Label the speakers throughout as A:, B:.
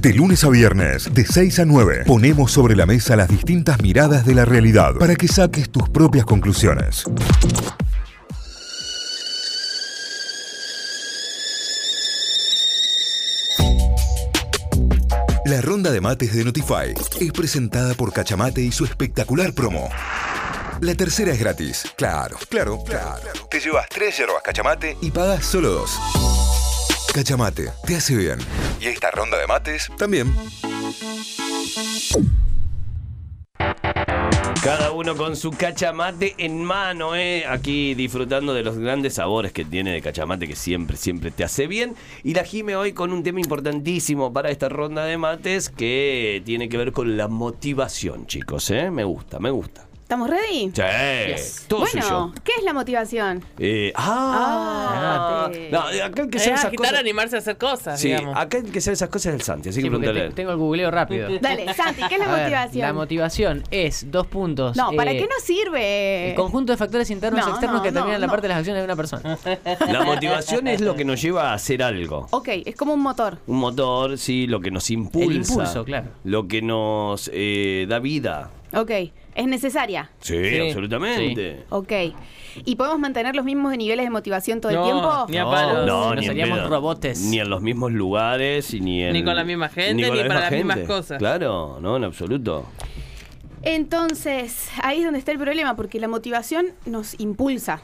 A: De lunes a viernes, de 6 a 9, ponemos sobre la mesa las distintas miradas de la realidad para que saques tus propias conclusiones. La ronda de mates de Notify es presentada por Cachamate y su espectacular promo. La tercera es gratis. Claro, claro, claro. Te llevas tres yerbas Cachamate y pagas solo dos. Cachamate, te hace bien. Y esta ronda de mates también.
B: Cada uno con su cachamate en mano, ¿eh? Aquí disfrutando de los grandes sabores que tiene de cachamate, que siempre, siempre te hace bien. Y la Jime hoy con un tema importantísimo para esta ronda de mates que tiene que ver con la motivación, chicos, ¿eh? Me gusta, me gusta.
C: ¿Estamos ready?
B: Sí, todo
C: bueno,
B: suyo.
C: ¿qué es la motivación?
B: Eh, ah,
C: Ah, te-
B: no, acá el que
D: Es
B: sabe esas
D: agitar,
B: cosas.
D: Ah, animarse a hacer cosas,
B: Sí, ah,
D: digamos.
B: acá el que sabe esas cosas es el Santi, así
E: Sí,
B: que
E: porque
B: pregúntale. a
E: te-
B: él.
E: tengo el googleo rápido.
C: Dale, Santi, ¿qué es la
E: A ver,
C: motivación?
E: la motivación es dos puntos.
C: no, ¿para
E: eh,
C: qué nos
E: El
C: sirve?
E: conjunto de factores internos
C: No,
E: y externos
C: no,
E: que
C: no,
E: determinan la
C: no.
E: parte de las acciones de una persona.
B: La motivación es lo que nos lleva a hacer algo.
C: Ok, es como un motor.
B: Un motor, sí, lo que nos impulsa.
E: El impulso, claro.
B: Lo que nos eh, da vida.
C: Ok, es necesaria.
B: Sí, absolutamente.
C: Ok. ¿Y podemos mantener los mismos niveles de motivación todo
D: No,
C: el tiempo?
D: ni a palos.
E: No,
B: en
E: seríamos
B: pedo.
E: robotes.
B: Ni en los mismos lugares, y ni en...
D: Ni con la misma gente,
B: con
D: ni
B: la
D: para
B: misma
D: las mismas
B: gente.
D: cosas.
B: Claro, no, en absoluto.
C: Entonces, ahí es donde está el problema, porque la motivación nos impulsa,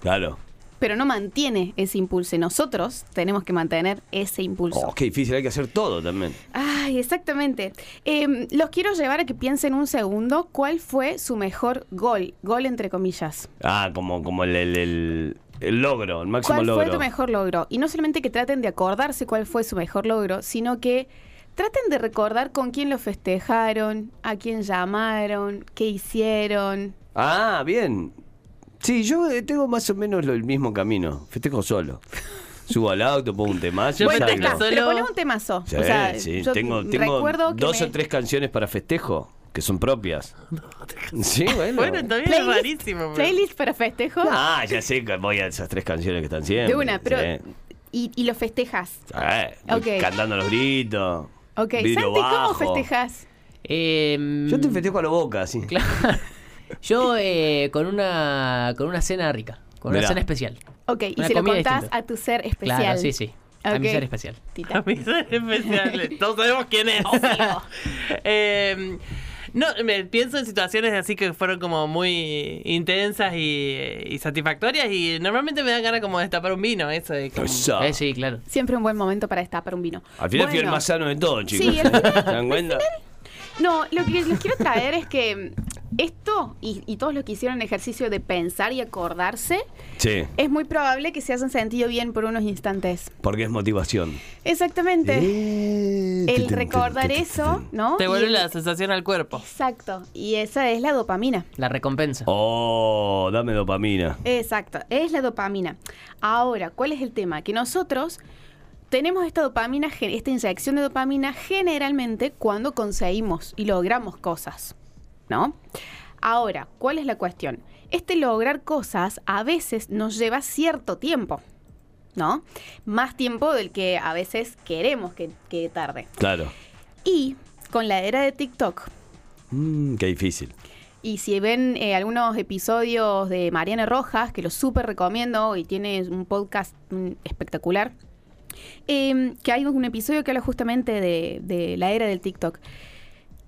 B: Claro.
C: pero no mantiene ese impulso. Y nosotros tenemos que mantener ese impulso.
B: Oh, qué difícil, hay que hacer todo también.
C: Ay, exactamente. Em, los quiero llevar a que piensen un segundo cuál fue su mejor gol, gol entre comillas.
B: Ah, como, como el, el, el- el logro, el máximo
C: ¿Cuál
B: logro.
C: fue tu mejor logro? Y no solamente que traten de acordarse cuál fue su mejor logro, sino que traten de recordar con quién lo festejaron, a quién llamaron, qué hicieron.
B: Ah, bien. Sí, yo eh, tengo más o menos lo- el mismo camino. Festejo solo. Subo al auto, pongo un tema.
D: Yo
C: bueno,
D: festejo
C: está,
D: solo.
C: pero ponés un temazo.
B: Sí,
C: O sea,
B: sí.
C: yo
B: Tengo, tengo
C: recuerdo que
B: dos
C: me-
B: o tres canciones para festejo que son propias. Sí, bueno.
D: Bueno, también es
C: playlist-
D: rarísimo. pero-
C: Playlist para festejo.
B: Ah, ya sé que voy a esas tres canciones que están siempre.
C: de una, pero...
B: sí.
C: Y, y lo festejas.
B: Eh, voy
C: Ok.
B: Cantando los gritos.
C: Ok,
B: vidrio
C: Santi, ¿cómo
B: bajo.
C: festejas?
E: Eh,
B: Yo te festejo a la boca, sí.
E: Claro. Yo eh, con una con una cena rica, con una
B: Mirá.
E: cena especial.
C: Ok, y
E: Una
C: se lo
E: comida
C: contás
E: distinta.
C: a tu ser especial.
E: Claro, sí, sí. A mi
C: Ok.
E: ser especial.
C: Tita.
D: Camisas especiales. Todos sabemos quién es. Eh, no, me pienso en situaciones así que fueron como muy intensas y, eh, y satisfactorias y normalmente me dan ganas como de destapar un vino, eso de como-
B: Eso.
E: Eh, sí, claro.
C: Siempre un buen momento para destapar un vino.
B: Al final fui el
C: Bueno.
B: más sano de todos, chicos.
C: Sí, al final-
B: ¿Se dan cuenta?
C: No, lo que les quiero traer es que mm, esto y, y todos los que hicieron el ejercicio de pensar y acordarse,
B: Sí,
C: es muy probable que se hayan sentido bien por unos instantes.
B: porque es motivación.
C: Exactamente. El
B: El
C: recordar eso, ¿no?
D: Te
C: Y
D: vuelve
C: el-
D: la sensación al cuerpo.
C: Exacto. Y esa es la dopamina.
E: La recompensa.
B: Oh, dame dopamina.
C: Exacto, es la dopamina. Ahora, ¿cuál es el tema? Que nosotros tenemos esta dopamina, gen- esta inyección de dopamina generalmente cuando conseguimos y logramos cosas, ¿no? Ahora, ¿cuál es la cuestión? Este lograr cosas a veces nos lleva cierto tiempo, ¿no? Más tiempo del que a veces queremos que que tarde.
B: Claro.
C: Y con la era de TikTok,
B: Mm, qué difícil.
C: y si ven eh, algunos episodios de Mariana Rojas, que lo súper recomiendo y tiene un podcast mm, espectacular, eh, que hay un episodio que habla justamente de, de la era del TikTok.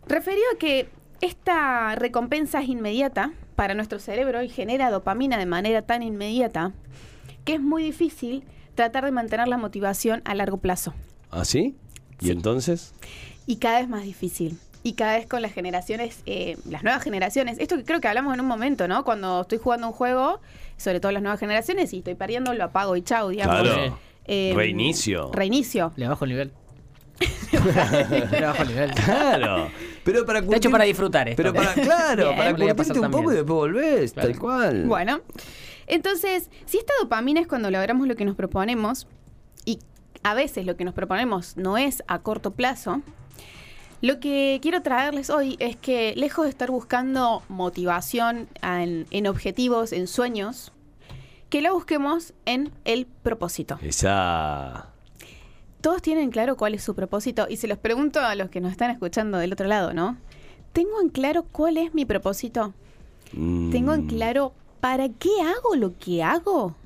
C: Referido a que esta recompensa es inmediata para nuestro cerebro y genera dopamina de manera tan inmediata que es muy difícil tratar de mantener la motivación a largo plazo.
B: ¿Ah, sí? ¿Y entonces?
C: Y cada vez más difícil. Y cada vez con las generaciones, eh, las nuevas generaciones. Esto que creo que hablamos en un momento, ¿no? Cuando estoy jugando un juego, sobre todo las nuevas generaciones, y estoy perdiendo, lo apago y chau, digamos.
B: Claro.
C: Eh,
B: Reinicio.
C: Reinicio.
E: Le bajo el nivel. Le bajo el nivel.
B: Claro. Pero para
E: Está hecho
B: curtir-
E: para disfrutar esto.
B: Pero para, claro,
E: Bien.
B: para
E: Lo voy a
B: curtirte
E: pasar
B: un poco
E: también.
B: y después volvés,
E: Claro.
B: tal cual.
C: Bueno, entonces, si esta dopamina es cuando logramos lo que nos proponemos, y a veces lo que nos proponemos no es a corto plazo, lo que quiero traerles hoy es que lejos de estar buscando motivación en, en objetivos, en sueños, que la busquemos en el propósito.
B: Esa.
C: todos tienen claro cuál es su propósito y se los pregunto a los que nos están escuchando del otro lado, ¿no? ¿Tengo en claro cuál es mi propósito? ¿Tengo en
B: Mm,
C: claro para qué hago lo que hago?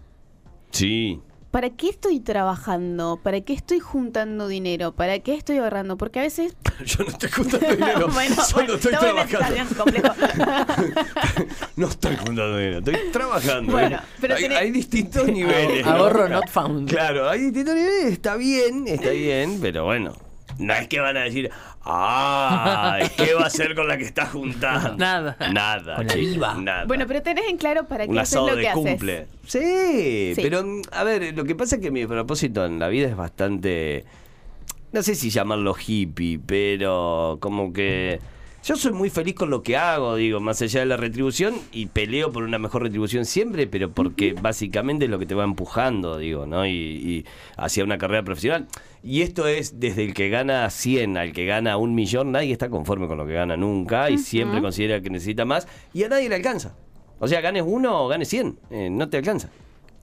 B: Sí.
C: ¿Para qué estoy trabajando? ¿Para qué estoy juntando dinero? ¿Para qué estoy ahorrando? Porque a veces...
B: Yo no estoy juntando dinero.
C: Bueno,
B: yo
C: bueno,
B: no estoy
C: estamos en una
B: trabajando.
C: situación compleja.
B: No estoy juntando dinero, estoy trabajando.
C: Bueno,
B: ¿eh?
C: pero
B: hay,
C: tenés-
B: hay distintos niveles. ¿no?
E: Ahorro not found.
B: Claro, hay distintos niveles. eh, Está bien, está bien, pero bueno. No es que van a decir, ¡ay! ¿Qué va a hacer con la que está juntando?
D: Nada.
B: Nada.
E: Con la
B: chicos,
E: viva.
B: Nada.
C: bueno, pero tenés en claro para qué
B: un
C: haces
B: asado
C: lo
B: de
C: que
B: cumple.
C: haces.
B: Sí,
C: Sí.
B: pero mm, a ver, lo que pasa es que mi propósito en la vida es bastante. No sé si llamarlo hippie, pero como que. Yo soy muy feliz con lo que hago, digo, más allá de la retribución y peleo por una mejor retribución siempre, pero porque básicamente es lo que te va empujando, digo, ¿no? Y, y hacia una carrera profesional. Y esto es desde el que gana 100 al que gana un millón, nadie está conforme con lo que gana nunca y siempre considera que necesita más y a nadie le alcanza. O sea, ganes uno o ganes 100, eh, no te alcanza.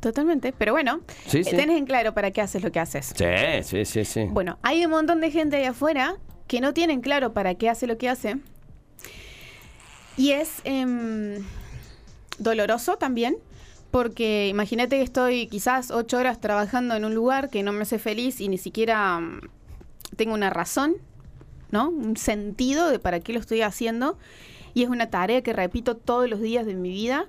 C: Totalmente, pero bueno,
B: Sí,
C: eh,
B: sí.
C: tenés en claro para qué haces lo que haces.
B: Sí, sí, sí, sí.
C: Bueno, hay un montón de gente ahí afuera que no tienen claro para qué hace lo que hace. Y es em, doloroso también, porque imagínate que estoy quizás ocho horas trabajando en un lugar que no me hace feliz y ni siquiera mm, tengo una razón, ¿no? Un sentido de para qué lo estoy haciendo. Y es una tarea que repito todos los días de mi vida,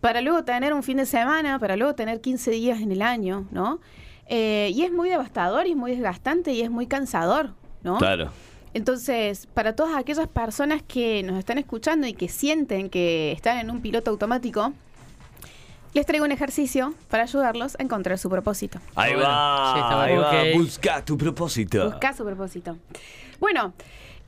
C: para luego tener un fin de semana, para luego tener 15 días en el año, ¿no? Eh, y es muy devastador y es muy desgastante y es muy cansador, ¿no?
B: Claro.
C: Entonces, para todas aquellas personas que nos están escuchando y que sienten que están en un piloto automático, les traigo un ejercicio para ayudarlos a encontrar su propósito.
B: Ahí
E: bueno.
B: va,
E: Sí, está bueno.
B: ahí
D: Ok.
B: va. Busca tu propósito.
C: Busca su propósito. Bueno,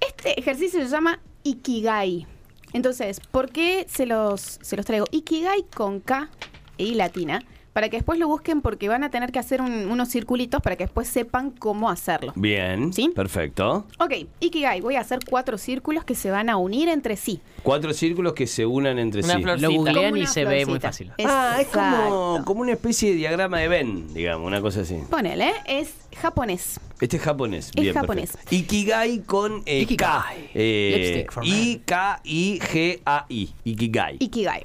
C: este ejercicio se llama Ikigai. Entonces, ¿por qué se los, se los traigo? Ikigai con K y latina, para que después lo busquen porque van a tener que hacer un- unos circulitos para que después sepan cómo hacerlo.
B: Bien.
C: Sí.
B: Perfecto.
C: Ok, Ikigai, voy a hacer cuatro círculos que se van a unir entre sí.
B: Cuatro círculos que se unan entre
D: Una
B: sí.
D: flor.
E: Lo
D: Como
E: googlean
C: una
E: y se ve muy
C: florcita.
E: fácil.
B: Ah, es como,
C: Exacto.
B: como una especie de diagrama de Venn, digamos, una cosa así.
C: Ponele, es japonés.
B: Este es japonés.
C: Es
B: bien,
C: japonés.
B: perfecto. Ikigai con eh,
E: Ikigai.
B: K. Eh,
E: Lipstick for men.
B: I-K-I-G-A-I. Ikigai.
C: Ikigai.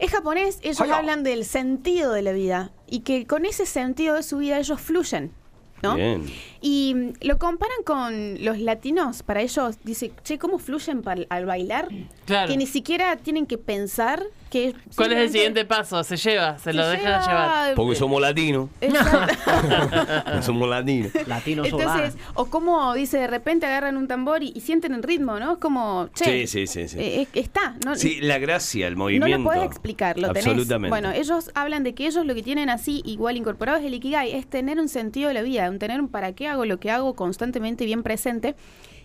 C: Es japonés, ellos hablan del sentido de la vida y que con ese sentido de su vida ellos fluyen, ¿no?
B: Bien.
C: Y mm, lo comparan con los latinos, para ellos dice, che, ¿cómo fluyen pal- al bailar?
D: Claro.
C: Que ni siquiera tienen que pensar que...
D: ¿Cuál es el
C: simplemente
D: siguiente paso? Se lleva, se, lo
C: se
D: dejan llevar.
C: lleva-
B: Porque somos latinos.
C: Exacto.
B: somos latinos.
E: Latino
C: Entonces,
E: solar.
C: o como dice, de repente agarran un tambor y, y sienten el ritmo, ¿no? Es como, che,
B: Sí, sí, sí, sí.
C: eh, es- está, ¿no?
B: Sí, la gracia, el
C: no
B: movimiento.
C: lo puedes explicar, lo tenés.
B: Absolutamente.
C: Bueno, ellos hablan de que ellos lo que tienen así, igual incorporado es el Ikigai, es tener un sentido de la vida, un tener un para qué hago lo que hago constantemente bien presente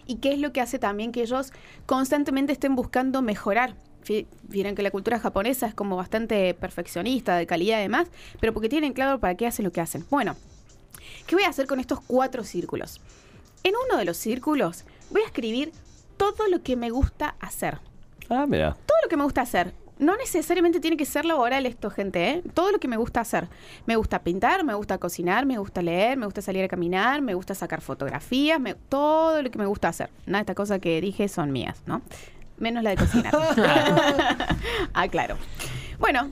C: y qué es lo que hace también que ellos constantemente estén buscando mejorar. Fí- Vieron que la cultura japonesa es como bastante perfeccionista, de calidad y demás, pero porque tienen claro para qué hacen lo que hacen. Bueno, ¿qué voy a hacer con estos cuatro círculos? En uno de los círculos voy a escribir todo lo que me gusta hacer
B: Ah, mira.
C: todo lo que me gusta hacer. No necesariamente tiene que ser laboral esto, gente, ¿eh? Todo lo que me gusta hacer. Me gusta pintar, me gusta cocinar, me gusta leer, me gusta salir a caminar, me gusta sacar fotografías, me- todo lo que me gusta hacer. Nada de estas cosas que dije son mías, ¿no? Menos la de cocinar. ah, claro. Bueno,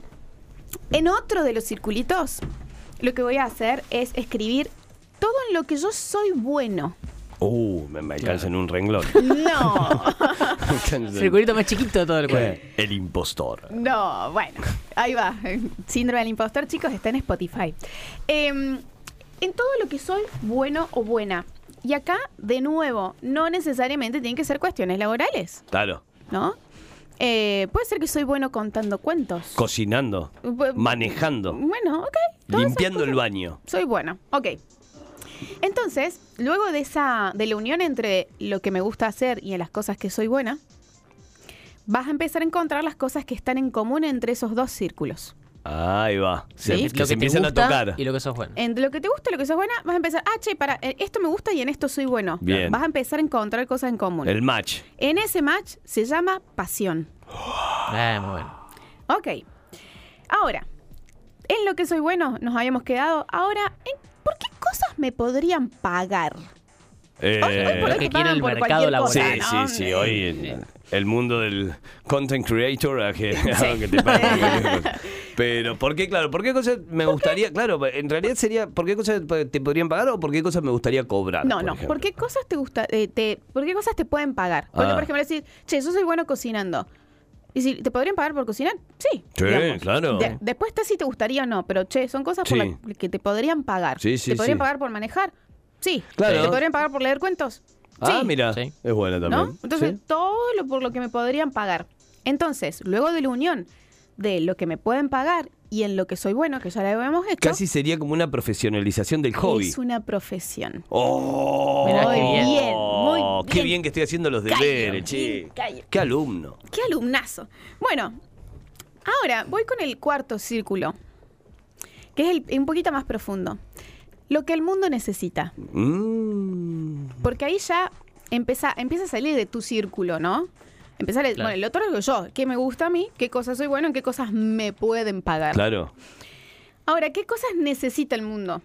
C: en otro de los circulitos, lo que voy a hacer es escribir todo en lo que yo soy bueno.
B: Uh, me, me alcanza en un renglón.
C: No.
B: Me alcanza en-
E: Circulito más chiquito de todo el cuerpo.
B: Eh, El impostor.
C: No, bueno, ahí va. Síndrome del impostor, chicos, está en Spotify. Eh, en todo lo que soy bueno o buena. Y acá, de nuevo, no necesariamente tienen que ser cuestiones laborales,
B: Claro.
C: ¿no? Eh, puede ser que soy bueno contando cuentos.
B: Cocinando.
C: Bu-
B: Manejando.
C: Bueno, ok. todas esas
B: Limpiando el
C: cosas.
B: baño.
C: Soy bueno, ok. Entonces, luego de esa, de la unión entre lo que me gusta hacer y en las cosas que soy buena, vas a empezar a encontrar las cosas que están en común entre esos dos círculos.
B: Ahí va. Se,
C: Sí.
B: que
E: Lo
B: se
E: te
B: empiezan a
E: gusta
B: tocar.
E: Y lo que sos bueno.
C: En lo que te gusta, lo que sos buena, vas a empezar, ah, che, para, eh, esto me gusta y en esto soy bueno.
B: Bien.
C: Vas a empezar a encontrar cosas en común.
B: El match.
C: En ese match se llama pasión.
E: Ah, muy bueno.
C: Ok. Ahora, en lo que soy bueno nos habíamos quedado. Ahora, ¿en ¿por qué cosas ¿cuántos me podrían pagar?
B: Eh,
C: por hoy
E: lo que
C: te
E: quiere
C: pagan
E: el
C: por
E: mercado
C: cualquier cosa,
B: sí,
E: laboral.
C: ¿no?
B: sí, sí. Hoy el, el mundo del content creator ha generado
C: Sí.
B: que te paguen cualquier cosa. Pero, ¿por qué, claro? ¿Por qué cosas me gustaría, claro, en realidad sería, ¿por qué cosas te podrían pagar o por qué cosas me gustaría cobrar?
C: No,
B: por
C: no.
B: ejemplo?
C: ¿Por qué cosas te gusta, eh, te, por qué cosas te pueden pagar? Porque,
B: Ah.
C: por ejemplo, decir, che, yo soy bueno cocinando. Y si te podrían pagar por cocinar, sí.
B: Sí, claro.
C: De- después está si te gustaría o no, pero che, son cosas por
B: Sí.
C: las que te podrían pagar.
B: Sí, sí,
C: ¿Te podrían
B: sí.
C: pagar por manejar? Sí.
B: Claro.
C: ¿Te podrían pagar por leer cuentos?
B: Ah,
C: sí.
B: mira,
E: Sí.
B: es buena también.
C: ¿No? Entonces,
B: Sí.
C: todo lo por lo que me podrían pagar. Entonces, luego de la unión de lo que me pueden pagar y en lo que soy bueno, que ya lo habíamos hecho,
B: Casi sería como una profesionalización del hobby.
C: es una profesión.
B: ¡Oh!
E: Mirá qué bien.
C: bien, muy
B: ¡Qué
C: bien.
B: bien que estoy haciendo los
C: Cayo,
B: deberes, che!
C: cayo.
B: ¡Qué alumno!
C: ¡Qué alumnazo! Bueno, ahora voy con el cuarto círculo, que es el- un poquito más profundo. Lo que el mundo necesita.
B: Mm.
C: Porque ahí ya empieza, empieza a salir de tu círculo, ¿no? Empezar, el-
E: Claro.
C: bueno, el otro lo yo, qué me gusta a mí, qué cosas soy bueno, en qué cosas me pueden pagar.
B: Claro.
C: Ahora, ¿qué cosas necesita el mundo?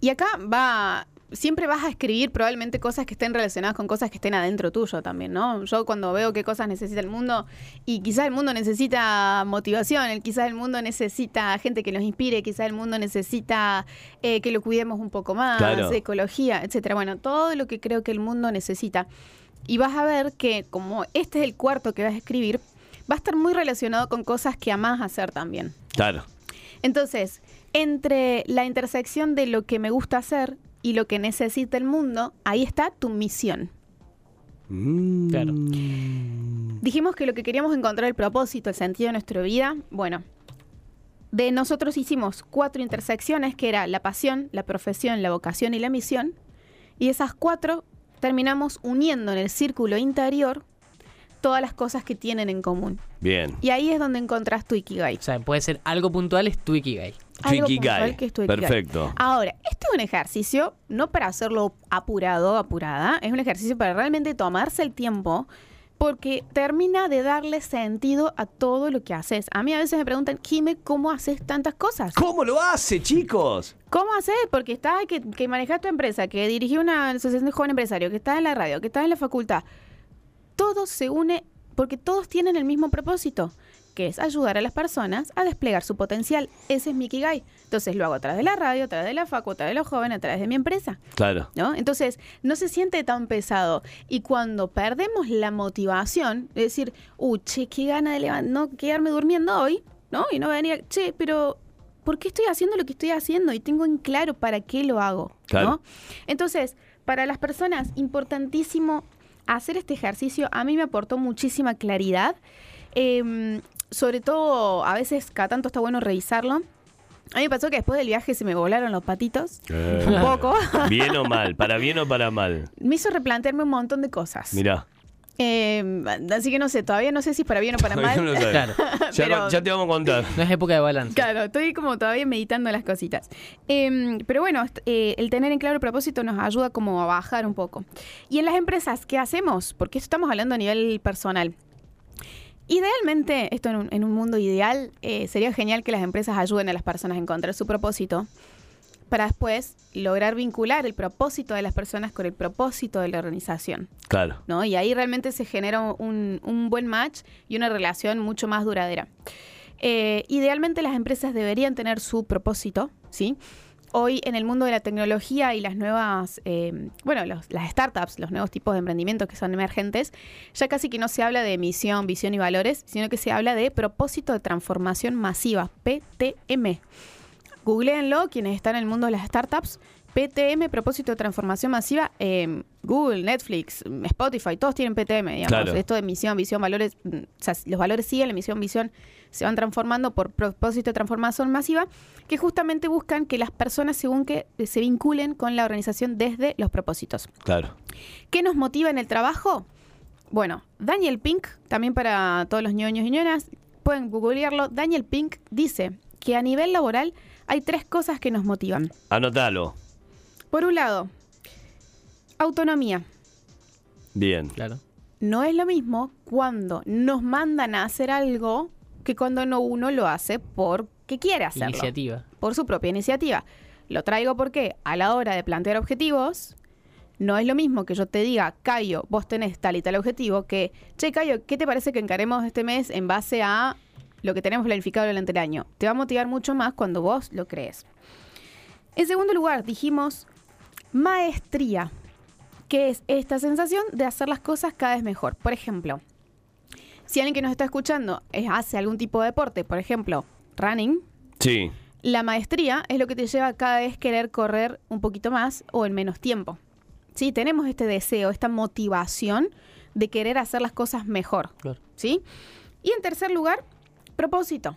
C: Y acá va. Siempre vas a escribir probablemente cosas que estén relacionadas con cosas que estén adentro tuyo también, ¿no? Yo cuando veo qué cosas necesita el mundo, y quizás el mundo necesita motivación, el- quizás el mundo necesita gente que los inspire, quizás el mundo necesita eh, que lo cuidemos un poco más,
B: Claro.
C: ecología, etcétera. Bueno, todo lo que creo que el mundo necesita. Y vas a ver que como este es el cuarto que vas a escribir, va a estar muy relacionado con cosas que amás hacer también.
B: Claro.
C: Entonces, entre la intersección de lo que me gusta hacer y lo que necesita el mundo, ahí está tu misión.
B: Mm.
E: Claro.
C: Dijimos que lo que queríamos encontrar el propósito, el sentido de nuestra vida, bueno, de nosotros hicimos cuatro intersecciones que era la pasión, la profesión, la vocación y la misión, y esas cuatro terminamos uniendo en el círculo interior todas las cosas que tienen en común.
B: Bien.
C: Y ahí es donde encontrás tu ikigai.
E: O sea, puede ser algo puntual, es tu ikigai.
B: Tu
C: Algo
B: ikigai.
C: puntual que es tu ikigai.
B: Perfecto.
C: Ahora, este es un ejercicio, no para hacerlo apurado, apurada, es un ejercicio para realmente tomarse el tiempo porque termina de darle sentido a todo lo que haces. A mí a veces me preguntan, Jime, ¿cómo haces tantas cosas?
B: ¿Cómo lo hace, chicos?
C: ¿Cómo haces? Porque estás, que, que manejas tu empresa, que dirigí una asociación de joven empresario, que estás en la radio, que estás en la facultad. Todo se une porque todos tienen el mismo propósito, que es ayudar a las personas a desplegar su potencial. Ese es mi Ikigai. Entonces lo hago a través de la radio, a través de la facu, a través de los jóvenes, a través de mi empresa.
B: Claro.
C: ¿no? Entonces, no se siente tan pesado. Y cuando perdemos la motivación, es decir, uh, che, qué gana de levan- no quedarme durmiendo hoy, ¿no? Y no venir, che, pero ¿por qué estoy haciendo lo que estoy haciendo? Y tengo en claro para qué lo hago,
B: Claro.
C: ¿no? Entonces, para las personas, importantísimo hacer este ejercicio. A mí me aportó muchísima claridad. Em, sobre todo, a veces cada tanto está bueno revisarlo. A mí me pasó que después del viaje se me volaron los patitos. Un poco.
B: Bien o mal, para bien o para mal.
C: me hizo replantearme un montón de cosas.
B: Mirá.
C: Eh, así que no sé, todavía no sé si es para bien o para mal.
B: No sé.
E: Claro.
B: ya,
C: Pero-
B: con- ya te vamos a contar.
E: No es época de balance.
C: Claro, estoy como todavía meditando las cositas. Eh, pero bueno, est- eh, el tener en claro el propósito nos ayuda como a bajar un poco. Y en las empresas, ¿qué hacemos? Porque esto estamos hablando a nivel personal. Idealmente, esto en un, en un mundo ideal, eh, sería genial que las empresas ayuden a las personas a encontrar su propósito para después lograr vincular el propósito de las personas con el propósito de la organización.
B: Claro.
C: ¿no? Y ahí realmente se genera un, un buen match y una relación mucho más duradera. Eh, idealmente las empresas deberían tener su propósito, ¿sí? Hoy en el mundo de la tecnología y las nuevas, eh, bueno, los- las startups, los nuevos tipos de emprendimientos que son emergentes, ya casi que no se habla de misión, visión y valores, sino que se habla de propósito de transformación masiva, PTM. Googleenlo, quienes están en el mundo de las startups. PTM, propósito de transformación masiva. eh, Google, Netflix, mm, Spotify, todos tienen PTM, digamos.
B: Claro.
C: Esto de misión, visión, valores. mm, O sea, los valores siguen, la misión, visión se van transformando por propósito de transformación masiva, que justamente buscan que las personas, según que eh, se vinculen con la organización desde los propósitos.
B: Claro.
C: ¿Qué nos motiva en el trabajo? Bueno, Daniel Pink, también para todos los ñoños y ñoñas, pueden googlearlo. Daniel Pink dice que a nivel laboral hay tres cosas que nos motivan.
B: Anotalo.
C: Por un lado, autonomía.
B: Bien.
E: Claro.
C: No es lo mismo cuando nos mandan a hacer algo que cuando no uno lo hace porque quiere hacerlo.
E: Iniciativa.
C: por su propia iniciativa. Lo traigo porque a la hora de plantear objetivos, no es lo mismo que yo te diga, Cayo, vos tenés tal y tal objetivo, que, che, Cayo, ¿qué te parece que encaremos este mes en base a lo que tenemos planificado durante el año? Te va a motivar mucho más cuando vos lo crees. En segundo lugar, dijimos maestría, que es esta sensación de hacer las cosas cada vez mejor. Por ejemplo, si alguien que nos está escuchando eh, hace algún tipo de deporte, por ejemplo, running,
B: Sí.
C: la maestría es lo que te lleva a cada vez querer correr un poquito más o en menos tiempo. Sí, tenemos este deseo, esta motivación de querer hacer las cosas mejor.
E: Claro.
C: ¿sí? Y en tercer lugar, propósito.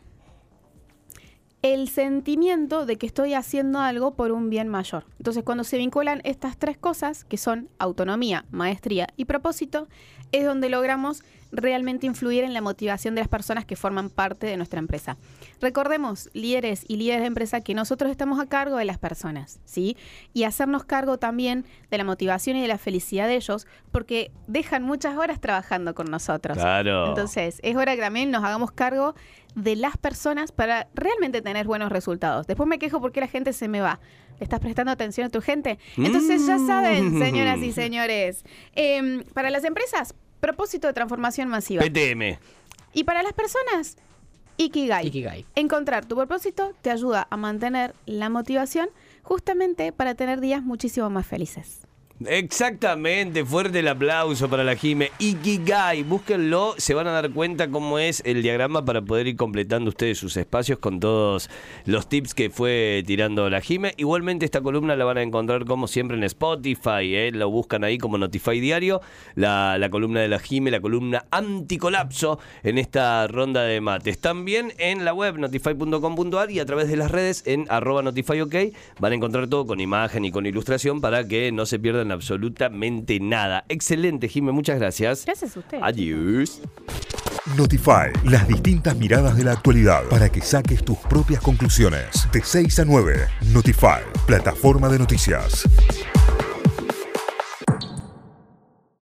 C: El sentimiento de que estoy haciendo algo por un bien mayor. Entonces, cuando se vinculan estas tres cosas, que son autonomía, maestría y propósito, es donde logramos realmente influir en la motivación de las personas que forman parte de nuestra empresa. Recordemos, líderes y líderes de empresa, que nosotros estamos a cargo de las personas, ¿sí? Y hacernos cargo también de la motivación y de la felicidad de ellos, porque dejan muchas horas trabajando con nosotros.
B: Claro.
C: Entonces, es hora que también nos hagamos cargo de las personas para realmente tener buenos resultados. Después me quejo porque la gente se me va. ¿Le ¿Estás prestando atención a tu gente? Entonces, ya saben, señoras y señores, em, para las empresas, propósito de transformación masiva.
B: PTM.
C: Y para las personas, Ikigai.
E: Ikigai.
C: Encontrar tu propósito te ayuda a mantener la motivación justamente para tener días muchísimo más felices.
B: Exactamente, fuerte el aplauso para la Jime. Ikigai, búsquenlo, se van a dar cuenta cómo es el diagrama para poder ir completando ustedes sus espacios con todos los tips que fue tirando la Jime. Igualmente esta columna la van a encontrar como siempre en Spotify, ¿eh? lo buscan ahí como Notify Diario, la, la columna de la Jime, la columna anticolapso en esta ronda de mates. También en la web notify.com.ar y a través de las redes en arroba notifyok van a encontrar todo con imagen y con ilustración para que no se pierdan absolutamente nada. Excelente, Jimé, muchas gracias.
C: Gracias a ustedes.
B: Adiós.
A: Notify, las distintas miradas de la actualidad para que saques tus propias conclusiones. De 6 a 9, Notify, plataforma de noticias.